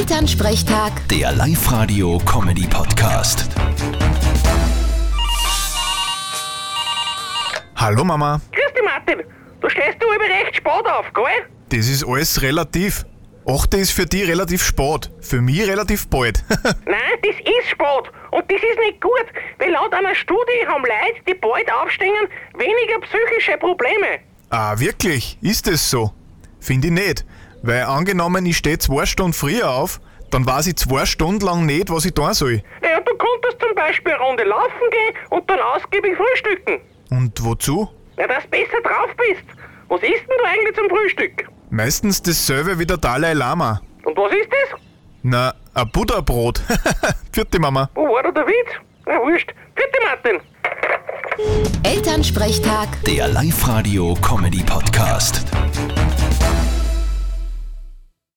Elternsprechtag, Der Live-Radio-Comedy-Podcast. Hallo Mama, Grüß dich, Martin. Du stehst du immer recht spät auf, gell? das ist alles relativ. 8. ist für dich relativ spät, für mich relativ bald. Nein, das ist spät. Und das ist nicht gut, weil laut einer Studie haben Leute, die bald aufstehen, weniger psychische Probleme. ah, wirklich? Ist es so? Finde ich nicht. Weil angenommen, ich stehe zwei Stunden früher auf, dann weiß ich zwei Stunden lang nicht, was ich tun soll. Naja, du konntest zum Beispiel eine Runde laufen gehen und dann ausgiebig frühstücken. Und wozu? Na, dass du besser drauf bist. Was isst denn du eigentlich zum Frühstück? Meistens dasselbe wie der Dalai Lama. Und was ist das? Na, ein Buddha-Brot. Vierte Mama. Wo war da der Witz? Na, wurscht. Vierte Martin. Elternsprechtag. Der Live-Radio-Comedy-Podcast.